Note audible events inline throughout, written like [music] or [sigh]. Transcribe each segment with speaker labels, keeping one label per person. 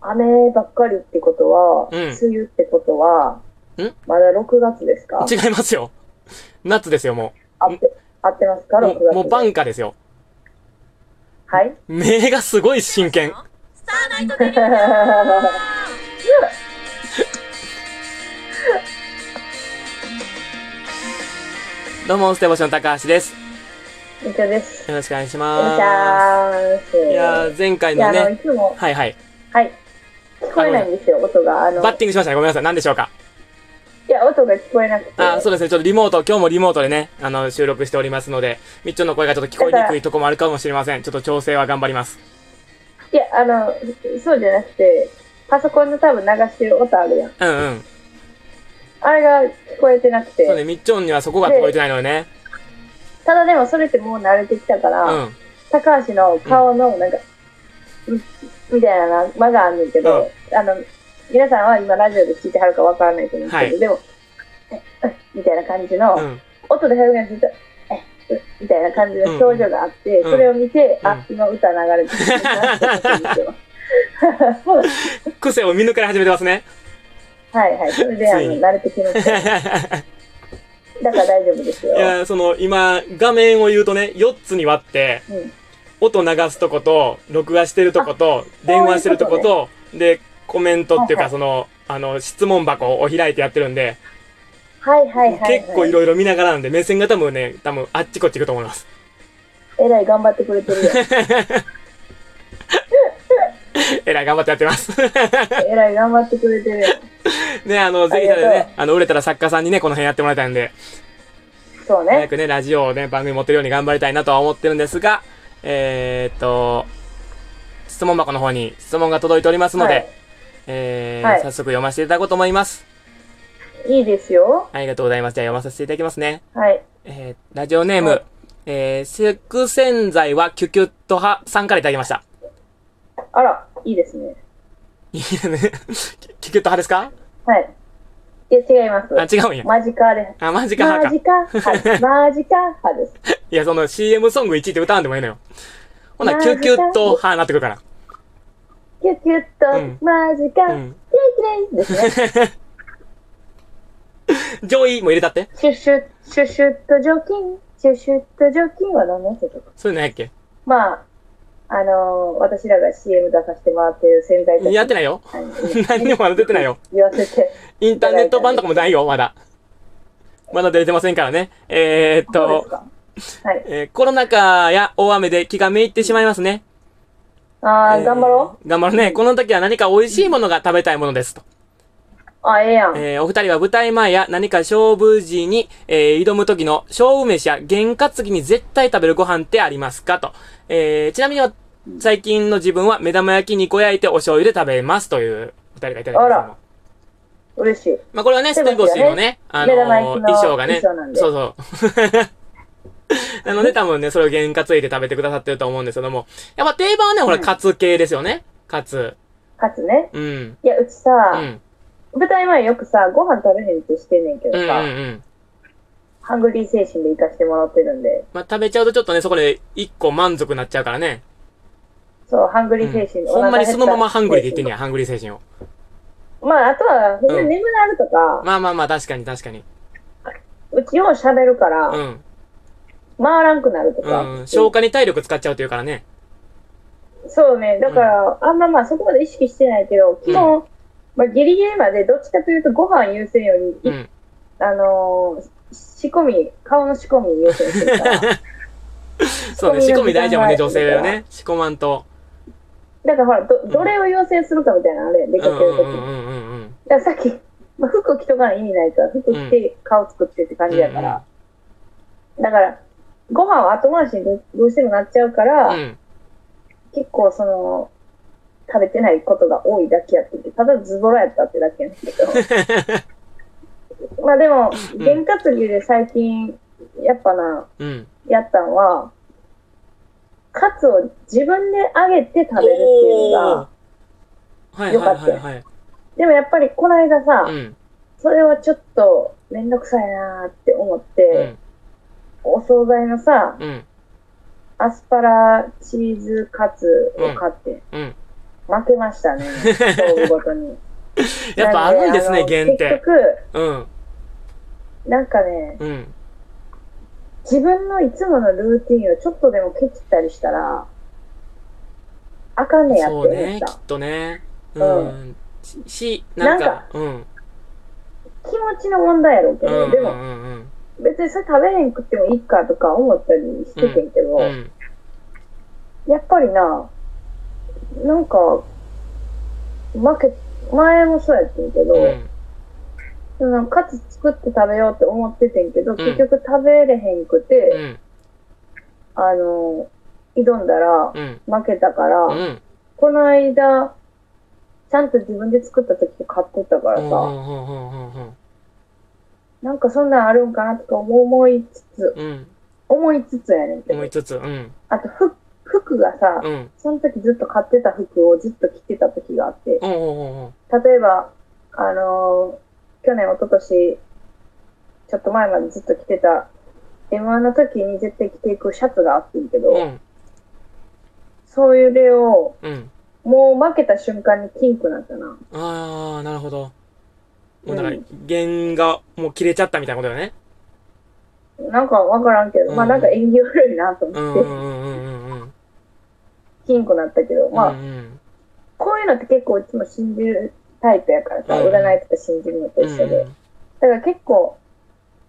Speaker 1: 雨ばっかりってことは、
Speaker 2: うん
Speaker 1: 梅雨ってことは、
Speaker 2: ん
Speaker 1: まだ6月ですか
Speaker 2: 違いますよ。夏ですよ、も
Speaker 1: 合って、合ってますか
Speaker 2: う。も
Speaker 1: ?6 月で
Speaker 2: う、。もう晩夏ですよ。
Speaker 1: はい。 [laughs]
Speaker 2: 目がすごい真剣。
Speaker 3: スターナイトデビュー
Speaker 2: どうも、ステボシの高橋です。
Speaker 1: 以上です。
Speaker 2: よろしくお願いし
Speaker 1: お願いし
Speaker 2: ま
Speaker 1: ます。
Speaker 2: す。いやー、前回
Speaker 1: いや、
Speaker 2: の
Speaker 1: あの、
Speaker 2: ね
Speaker 1: い、つも、
Speaker 2: はいはい。
Speaker 1: はい。聞こえないんですよ、音が。あの、
Speaker 2: バッティングしましたね。ごめんなさい。何でしょうか。
Speaker 1: いや、音が聞こえなくて。
Speaker 2: あ、そうですね。ちょっとリモート、今日もリモートでね、あの、収録しておりますので、みっちょんの声がちょっと聞こえにくいとこもあるかもしれません。ちょっと調整は頑張ります。
Speaker 1: いや、あの、そうじゃなくて、パソコンの多分流してる音あるやん。
Speaker 2: うんうん。
Speaker 1: あれが聞こえてなく
Speaker 2: そうね、
Speaker 1: て。
Speaker 2: みっちょんにはそこが聞こえてないのでね。
Speaker 1: ただでもそれってもう慣れてきたか
Speaker 2: う
Speaker 1: ら、
Speaker 2: ん。
Speaker 1: 高橋の顔のなんか、うんみたいなな間があんねんけど、あの、皆さんは今ラジオで聞いてはるかわからないと思うんですけど、
Speaker 2: はい
Speaker 1: でも、ええみたいな感じの、
Speaker 2: うん。
Speaker 1: 音で表現すると、えうみたいな感じの表情があって、
Speaker 2: うん
Speaker 1: それを見て、
Speaker 2: うん
Speaker 1: あ、今歌流れてるなって思ってます [laughs]
Speaker 2: 癖を見抜かれ始めてますね。 [laughs]
Speaker 1: はいはい、それであ
Speaker 2: つい
Speaker 1: の
Speaker 2: に
Speaker 1: 慣れてきまし
Speaker 2: い [laughs]
Speaker 1: た。だから大丈夫ですよ。
Speaker 2: や、その、今、画面を言うとね、4つに割って、
Speaker 1: うん、
Speaker 2: 音流すとこと、録画してるとこと、電話してるとこと、で、コメントっていう
Speaker 1: はいはい
Speaker 2: か、その、あの、質問箱を開いてやってるんで、
Speaker 1: はいはいはい、はい。
Speaker 2: 結構いろいろ見ながらなんで、目線が多分ね、多分あっちこっち行くと思います。 [laughs]
Speaker 1: えらい頑張ってくれてるよ。
Speaker 2: えらい頑張ってやってます。 [laughs]
Speaker 1: えらい頑張ってくれてるよ。
Speaker 2: ね、あの、ぜひ
Speaker 1: ありがとう
Speaker 2: ね、あの、売れたら作家さんにね、この辺やってもらいたいんで、
Speaker 1: そう
Speaker 2: 早
Speaker 1: ね。
Speaker 2: くね、ラジオをね、番組持ってるように頑張りたいなとは思ってるんですが、えー、っと、質問箱の方に質問が届いておりますので、
Speaker 1: はい
Speaker 2: えー
Speaker 1: はい
Speaker 2: 早速読ませていただこうと思います。
Speaker 1: いいですよ。
Speaker 2: ありがとうございます。じゃあ読まさせていただきますね。
Speaker 1: はい。
Speaker 2: えー、ラジオネーム、
Speaker 1: はい
Speaker 2: えー、食洗剤はキュキュッと派さんからいただきました。
Speaker 1: あら、いいですね。
Speaker 2: いいね。 [laughs] キュキュッと派ですか
Speaker 1: はい。いや、違います。
Speaker 2: あ、違うんや。
Speaker 1: マジカです。
Speaker 2: あ、マジか
Speaker 1: マ
Speaker 2: 派か。
Speaker 1: ジカ
Speaker 2: [laughs]
Speaker 1: 派。マジカ派です。
Speaker 2: いや、その CM ソング1位って歌わんでもいいのよ。ほな、
Speaker 1: マ
Speaker 2: キ
Speaker 1: ジか
Speaker 2: ュキュッと派になってくるから。
Speaker 1: キュッキュッ
Speaker 2: うん
Speaker 1: と、マジカ、
Speaker 2: うん
Speaker 1: キレイキレイ
Speaker 2: [laughs]
Speaker 1: ですね。
Speaker 2: 上位も入れたって。
Speaker 1: シュッシュッ、シュッシュッと除菌、シュッシュッと除菌は何のやつとか。
Speaker 2: そういうのやっけ
Speaker 1: まあ、あのー私らが CM 出させてもらってる洗剤たち
Speaker 2: やってないよ。
Speaker 1: あの
Speaker 2: 何にもまだ出てないよ。
Speaker 1: 言わせて。
Speaker 2: インターネット版とかもないよ、まだ。まだ出れてませんからね。えー、っ
Speaker 1: そう
Speaker 2: と、
Speaker 1: ですか。はい。
Speaker 2: えーコロナ禍や大雨で気がめいってしまいますね。
Speaker 1: あー、
Speaker 2: えー
Speaker 1: 頑張ろう。
Speaker 2: 頑張るね。この時は何か美味しいものが食べたいものですと。
Speaker 1: あ、ええやん。
Speaker 2: えーお二人は舞台前や何か勝負時に、えー挑む時の勝負飯や験担ぎに絶対食べるご飯ってありますかと。えーちなみに最近の自分は目玉焼き2個焼いてお醤油で食べますというお二人がいただきま
Speaker 1: あ
Speaker 2: した
Speaker 1: ら。嬉しい。
Speaker 2: まあこれはね、ス
Speaker 1: 手
Speaker 2: テ
Speaker 1: の
Speaker 2: ンボシ
Speaker 1: ひ
Speaker 2: の
Speaker 1: らね
Speaker 2: ね、あの
Speaker 1: 目玉焼きの
Speaker 2: 衣装がね、
Speaker 1: 衣装なんで
Speaker 2: そうそう。な [laughs] ので多分ね、それを原価ついて食べてくださってると思うんですけども、やっぱ定番はね、ほら、
Speaker 1: うん
Speaker 2: カツ系ですよね。カツ。
Speaker 1: かつね。
Speaker 2: うん。
Speaker 1: いや、うちさ、
Speaker 2: うん。
Speaker 1: 舞台前よくさ、ご飯食べへんってしてんねんけ
Speaker 2: う
Speaker 1: ど
Speaker 2: んうん
Speaker 1: さ、
Speaker 2: うん。
Speaker 1: ハングリー精神で行かしてもらってるんで、
Speaker 2: まあ食べちゃうとちょっとね、そこで一個満足になっちゃうからね。
Speaker 1: そう、ハングリ
Speaker 2: う
Speaker 1: ー精神、
Speaker 2: ん、ほんまにそのままハングリーで言ってんね
Speaker 1: や。
Speaker 2: や、ハングリー精神を。
Speaker 1: まあ、あとは、ほんま
Speaker 2: うん
Speaker 1: に眠なるとか、
Speaker 2: まあまあまあ、確かに確かに。
Speaker 1: うちを喋るから、
Speaker 2: うん。
Speaker 1: 回らんくなると
Speaker 2: う
Speaker 1: か。
Speaker 2: ん。消化に体力使っちゃうというからね。
Speaker 1: そうね、だから、あんままあそこまで意識してないけど、基本、まあギリギリまでどっちかというとご飯優先より、
Speaker 2: う
Speaker 1: い
Speaker 2: ん。
Speaker 1: あのー仕込み、顔の仕込み優先するから。
Speaker 2: [laughs] そうね、仕込み大事やもんね、
Speaker 1: 考
Speaker 2: 女
Speaker 1: えて
Speaker 2: 性
Speaker 1: る
Speaker 2: は
Speaker 1: から
Speaker 2: ね。仕込まんと。
Speaker 1: だからほら、ど、どれを優先するかみたいなのあれ、出
Speaker 2: うんう
Speaker 1: かける
Speaker 2: ん
Speaker 1: とき。
Speaker 2: うんうんうんうん。
Speaker 1: だからさっき、まあ、服着とかの意味ないから、服着て顔作ってって感じやから。だから、ご飯は後回しにどどうしてもなっちゃうから、
Speaker 2: うん。
Speaker 1: 結構その、食べてないことが多いだけやってて、ただズボラやったってだけやねんけど。
Speaker 2: [laughs]
Speaker 1: まあでも、
Speaker 2: ん
Speaker 1: 験担ぎで最近、やっぱな、
Speaker 2: うん。
Speaker 1: やったんは、カツを自分で揚げて食べるっていうのが、
Speaker 2: おーはいはいはいはい。
Speaker 1: でもやっぱりこの間さ、
Speaker 2: うん。
Speaker 1: それはちょっとめんどくさいなーって思って、
Speaker 2: うん。
Speaker 1: お惣菜のさ、
Speaker 2: うん。
Speaker 1: アスパラチーズカツを買って、
Speaker 2: うん。
Speaker 1: 負けま
Speaker 2: [laughs]
Speaker 1: したね。勝負ごとに。
Speaker 2: やっぱあるんですね、
Speaker 1: なんであ
Speaker 2: 原
Speaker 1: の結
Speaker 2: 点。
Speaker 1: 局、
Speaker 2: うん。
Speaker 1: なんかね、
Speaker 2: うん。
Speaker 1: 自分のいつものルーティンをちょっとでもケチったりしたら、あかんねやって
Speaker 2: そう
Speaker 1: 思った。
Speaker 2: ね、きっとね。う
Speaker 1: うん
Speaker 2: ん。しし、なん
Speaker 1: なん
Speaker 2: か、うん。
Speaker 1: 気持ちの問題やろうけ
Speaker 2: うん
Speaker 1: ど、
Speaker 2: うん
Speaker 1: で
Speaker 2: う
Speaker 1: も
Speaker 2: んうん。
Speaker 1: 別にそれ食べへんくってもいいかとか思ったりしててんけど、
Speaker 2: うん。
Speaker 1: やっぱりな、なんか、負け、前もそうやってんけど、
Speaker 2: うん。
Speaker 1: そのカツ作って食べようって思っててんけど、結局食べれへんく
Speaker 2: う
Speaker 1: て、
Speaker 2: ん。
Speaker 1: あの、挑んだら
Speaker 2: うん。
Speaker 1: 負けたから、
Speaker 2: うん。
Speaker 1: この間、ちゃんと自分で作った時買ってたから
Speaker 2: うん
Speaker 1: さ、
Speaker 2: うん
Speaker 1: なんかそんなんあるんかなとか思いつつ、
Speaker 2: うんうん。
Speaker 1: 思いつつやねんけ
Speaker 2: 思
Speaker 1: ど
Speaker 2: い、つつ、うん。
Speaker 1: あと服、服がさ、
Speaker 2: うん。
Speaker 1: その時ずっと買ってた服をずっと着てた時があって、
Speaker 2: うんうんうん。
Speaker 1: 例えば、あのー去年、一昨年ちょっと前までずっと着てた、M1 の時に絶対着ていくシャツがあってんけど、
Speaker 2: うん。
Speaker 1: そういう例を、
Speaker 2: うん。
Speaker 1: もう負けた瞬間にピンクなったな。
Speaker 2: あー、なるほど。もうだか
Speaker 1: う
Speaker 2: ら
Speaker 1: ん、
Speaker 2: 弦がもう切れちゃったみたいなことだね。
Speaker 1: なんかわからんけど、まあ
Speaker 2: うん
Speaker 1: なんか縁起悪いなと
Speaker 2: う
Speaker 1: 思
Speaker 2: ん
Speaker 1: っ
Speaker 2: う
Speaker 1: て、
Speaker 2: んうんうんうんうん。
Speaker 1: ピンクなったけど、まあ、
Speaker 2: うんうん
Speaker 1: こういうのって結構いつも信じるタイプやからさ、
Speaker 2: うん
Speaker 1: 占いとか信じるのと一緒で。
Speaker 2: うん
Speaker 1: だから結構、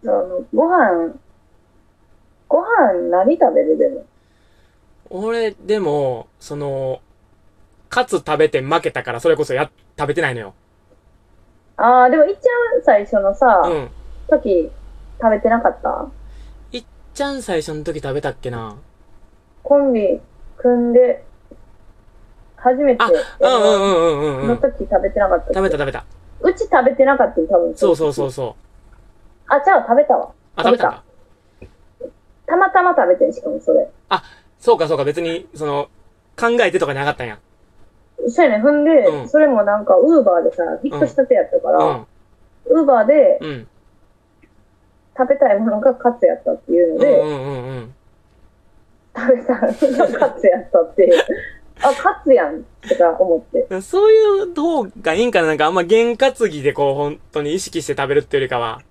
Speaker 1: あの、ご飯、ご飯何食べるでも。
Speaker 2: 俺、でも、その、カツ食べて負けたから、それこそや、食べてないのよ。
Speaker 1: ああ、でも一番最初のさ、
Speaker 2: うん。
Speaker 1: 時食べてなかった
Speaker 2: いっちゃん最初の時食べたっけな。
Speaker 1: コンビ組んで、初めて
Speaker 2: あ、うんうんうんうんうんう
Speaker 1: の
Speaker 2: ん。
Speaker 1: 時食べてなかったっけ
Speaker 2: 食べた食べた。
Speaker 1: うち食べてなかったよ、多分。
Speaker 2: そうそうそうそう。
Speaker 1: あ、じゃあ食べたわ。
Speaker 2: あ、食
Speaker 1: 食べ
Speaker 2: べ
Speaker 1: た
Speaker 2: たんだ。
Speaker 1: たまたま食べてん、しかもそれ。
Speaker 2: そうかそうか、別に、その、考えてとかじゃなかったんや。
Speaker 1: そうやね。踏んで、
Speaker 2: うん
Speaker 1: それもなんか、ウーバーでさ、引っ越したてやったから、
Speaker 2: う
Speaker 1: ウーバーで
Speaker 2: ん。うん。
Speaker 1: 食べたいものがカツやったっていうの
Speaker 2: うんう
Speaker 1: で、
Speaker 2: んうんうん。
Speaker 1: 食べたらカツやったっていう。あ、カツやんとか思って。
Speaker 2: そういう方がいいんかななんかあんま験担ぎでこう本当に意識して食べるっていうよりかは。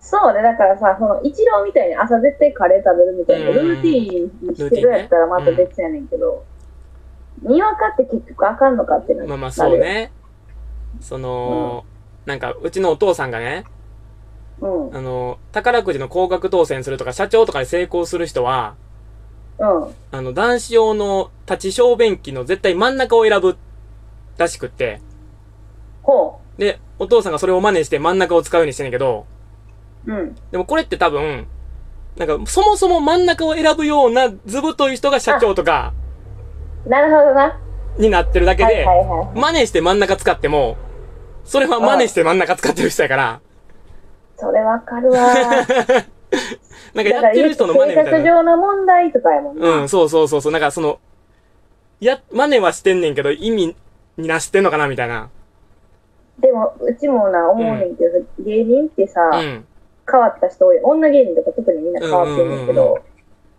Speaker 1: そうね、だからさ、その、一郎みたいに朝絶対カレー食べるみたいな、
Speaker 2: うん
Speaker 1: ルーティーンにしてるやったらまた別やねんけど、にわかって結局あかんのかってな
Speaker 2: まあまあそう。ね。その、なんかうちのお父さんがね、
Speaker 1: なるうん。うん。
Speaker 2: あの、宝くじの高額当選するとか社長とかで成功する人は、あの男子用の立ち小便器の絶対真ん中を選ぶらしくって。
Speaker 1: ほ
Speaker 2: で、お父さんがそれを真似して真ん中を使うようにしてんねんけど、
Speaker 1: う。うん。
Speaker 2: でもこれって多分、なんかそもそも真ん中を選ぶようなずぶとい人が社長とか
Speaker 1: なるほどな。は
Speaker 2: になってるだけ
Speaker 1: い
Speaker 2: で、
Speaker 1: はいはい。
Speaker 2: 真似して真ん中使っても、それは真似して真ん中使ってる人やから、
Speaker 1: それわかる
Speaker 2: [laughs]
Speaker 1: わ。だか
Speaker 2: なんかやってる人の真似み
Speaker 1: 生
Speaker 2: た
Speaker 1: 活
Speaker 2: いな。
Speaker 1: 上の問題とかやもんな。
Speaker 2: うん、そうそうそうそう。なんかその、や、真似はしてんねんけど、意味になしてんのかなみたいな。
Speaker 1: でも、うちもな、思うねんけど、芸人ってさ、
Speaker 2: うん。
Speaker 1: 変わった人多い。女芸人とか特にみんな変わってるんだけ
Speaker 2: うんうん
Speaker 1: ど、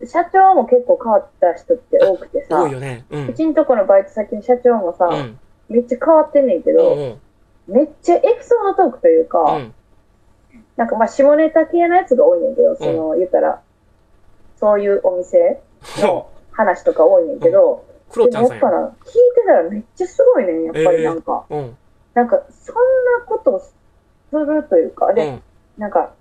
Speaker 1: 社長も結構変わった人って多くてさ
Speaker 2: 多、いよね。う。
Speaker 1: うんちんとこのバイト先の社長もさ、
Speaker 2: うん。
Speaker 1: めっちゃ変わってんねんけ
Speaker 2: う
Speaker 1: ど、
Speaker 2: ん。
Speaker 1: めっちゃエピソードトークというか、
Speaker 2: うん。
Speaker 1: なんかまあ下ネタ系のやつが多いねんけど、その、言ったら、そういうお店の話とか多いねんけど、
Speaker 2: クロ
Speaker 1: で
Speaker 2: ちゃ
Speaker 1: も
Speaker 2: ん
Speaker 1: や
Speaker 2: さん
Speaker 1: っ
Speaker 2: や
Speaker 1: ぱ。な、聞いてたらめっちゃすごいねん、やっぱりなんか。
Speaker 2: うん。
Speaker 1: なんか、そんなことをするというか、
Speaker 2: う
Speaker 1: で、
Speaker 2: ん。
Speaker 1: なんか、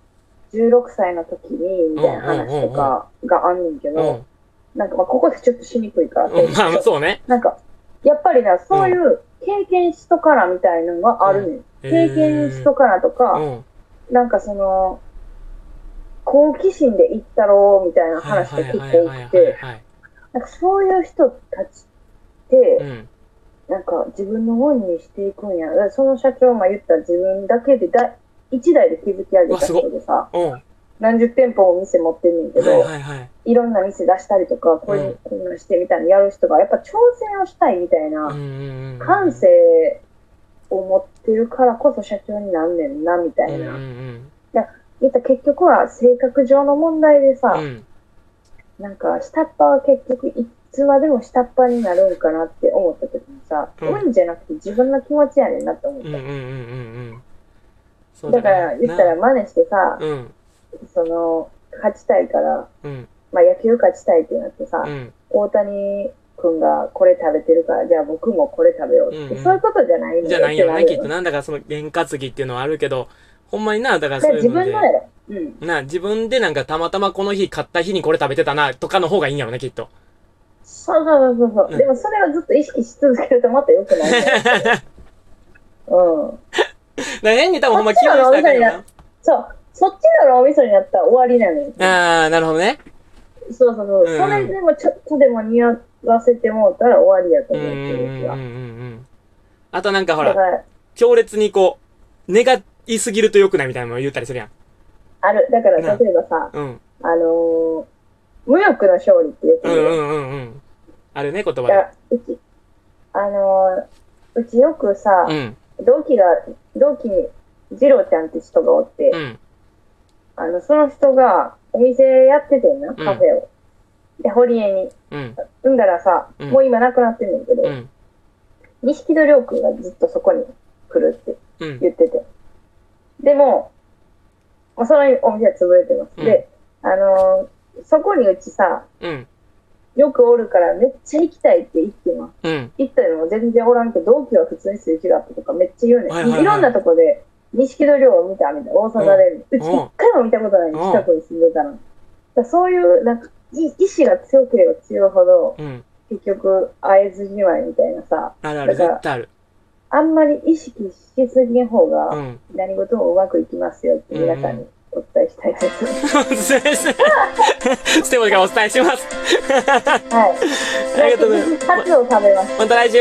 Speaker 1: 16歳の時に、みたいな話とかがあんねんけ
Speaker 2: う
Speaker 1: ど、
Speaker 2: ん。
Speaker 1: なんかまあ、ここでちょっとしにくいから、
Speaker 2: うんまあまあそうね。
Speaker 1: なんか、やっぱりな、そういう経験しとからみたいなのがあるねん。経験しとからと
Speaker 2: う
Speaker 1: か、
Speaker 2: ん。
Speaker 1: なんかその、好奇心で行ったろうみたいな
Speaker 2: はい
Speaker 1: 話
Speaker 2: は
Speaker 1: が
Speaker 2: い
Speaker 1: 結
Speaker 2: はい
Speaker 1: 構
Speaker 2: は
Speaker 1: 多
Speaker 2: い
Speaker 1: く
Speaker 2: はい
Speaker 1: て、
Speaker 2: はい。
Speaker 1: なんかそういう人たちって、
Speaker 2: うん。
Speaker 1: なんか自分のもんにしていくんや。だからその社長も言ったら自分だけでだ、一台で築き上げた人でさ、
Speaker 2: うん。は
Speaker 1: 何十店舗も店持ってんねんけ
Speaker 2: い
Speaker 1: ど、い
Speaker 2: はいはい。
Speaker 1: ろんな店出したりとか、こういうこんなんしてみたいなのやる人が、やっぱ挑戦をしたいみたいな、
Speaker 2: うんうんうん。
Speaker 1: 感性を持ってるからこそ社長になんねんな、みた
Speaker 2: うん
Speaker 1: い
Speaker 2: うん
Speaker 1: な。
Speaker 2: うん。
Speaker 1: 言ったら結局は性格上の問題でさ、
Speaker 2: うん。
Speaker 1: なんか下っ端は結局いつまでも下っ端になるんかなって思ったけさ、
Speaker 2: うん
Speaker 1: 運じゃなくて自分の気持ちやねんなって思っ
Speaker 2: うんうん
Speaker 1: た。
Speaker 2: うんうんうん。そ
Speaker 1: だから、言ったら
Speaker 2: な
Speaker 1: 真似してさ、
Speaker 2: うん、
Speaker 1: その、勝ちたいから、
Speaker 2: うん、
Speaker 1: まあ野球勝ちたいってなってさ、
Speaker 2: うん、
Speaker 1: 大谷君がこれ食べてるから、じゃあ僕もこれ食べようって、
Speaker 2: うんうん
Speaker 1: そういうことじゃないん
Speaker 2: じゃ
Speaker 1: だ
Speaker 2: ないよ
Speaker 1: な
Speaker 2: ね、きっとな。だからその験担ぎっていうのはあるけど、ほんまにな、だか
Speaker 1: だ
Speaker 2: ら
Speaker 1: か
Speaker 2: そ
Speaker 1: ら
Speaker 2: ういう
Speaker 1: 自
Speaker 2: の
Speaker 1: 分
Speaker 2: で
Speaker 1: の。やろ。うん。
Speaker 2: な、自分でなんかたまたまこの日買った日にこれ食べてたな、とかの方がいいんやろね、きっと。
Speaker 1: そうそうそうそう。
Speaker 2: う
Speaker 1: うんでもそれをずっと意識し続けるともっと良く
Speaker 2: [laughs]
Speaker 1: なる。うん。
Speaker 2: な変に多分ほんま気をしたらあかんよな。
Speaker 1: そう。そっちの脳みそになったら終わりなのよ。
Speaker 2: あー、なるほどね。
Speaker 1: そうそうそう。
Speaker 2: うん
Speaker 1: それでもちょっとでも似合わせてもうたら終わりやと
Speaker 2: うん
Speaker 1: 思
Speaker 2: う
Speaker 1: う。
Speaker 2: んうん
Speaker 1: 私
Speaker 2: う
Speaker 1: は
Speaker 2: んうん。あとなんかほ、
Speaker 1: だからら、
Speaker 2: 強烈にこう、願いすぎると良くないみたいなのも言ったりするやん。
Speaker 1: ある。だから
Speaker 2: な
Speaker 1: 例えばさ、
Speaker 2: うん。
Speaker 1: あのー、無欲の勝利って言って
Speaker 2: うん
Speaker 1: るよ
Speaker 2: うんうんうん。あるね、言葉
Speaker 1: だか
Speaker 2: で。
Speaker 1: らうち、あのー、うちよくさ、
Speaker 2: うん。
Speaker 1: 同期が、同期に、ジローちゃんって人がおって、
Speaker 2: うん。
Speaker 1: あの、その人がお店やっててんな、カフェを。で、堀江に。
Speaker 2: うん。
Speaker 1: うんだらさ、
Speaker 2: うん
Speaker 1: もう今なくなってんねんけど
Speaker 2: う、ん。
Speaker 1: 錦戸亮君がずっとそこに来るって
Speaker 2: うん。
Speaker 1: 言ってて。でも、もうそのお店は潰れてます。
Speaker 2: うん
Speaker 1: で、あのーそこにうちさ、
Speaker 2: うん。
Speaker 1: よくおるからめっちゃ行きたいって言ってます。
Speaker 2: うん。
Speaker 1: 行ったのも全然おらんけど、同期は普通にすれ違ったとかめっちゃ言うねん。
Speaker 2: は
Speaker 1: い
Speaker 2: いはいはい
Speaker 1: ろんなとこで、錦戸亮を見たみたいな、大阪で。うち
Speaker 2: うん
Speaker 1: 一回も見たことない、
Speaker 2: うん
Speaker 1: 近くに住んでたの。だからそういう、なんか、い意志が強ければ強いほど、
Speaker 2: うん。
Speaker 1: 結局、会えずじまいみたいなさ、
Speaker 2: あるある、
Speaker 1: だから
Speaker 2: 絶対ある。
Speaker 1: あんまり意識しすぎん方
Speaker 2: う
Speaker 1: が、
Speaker 2: ん。
Speaker 1: 何事もうまくいきますよって皆さんにお伝えしたい
Speaker 2: [laughs]
Speaker 1: です。
Speaker 2: 先生、ステボリからお伝えします。
Speaker 1: はい。
Speaker 2: ありがとうございます。
Speaker 1: [laughs] カツを食べます。
Speaker 2: また来週。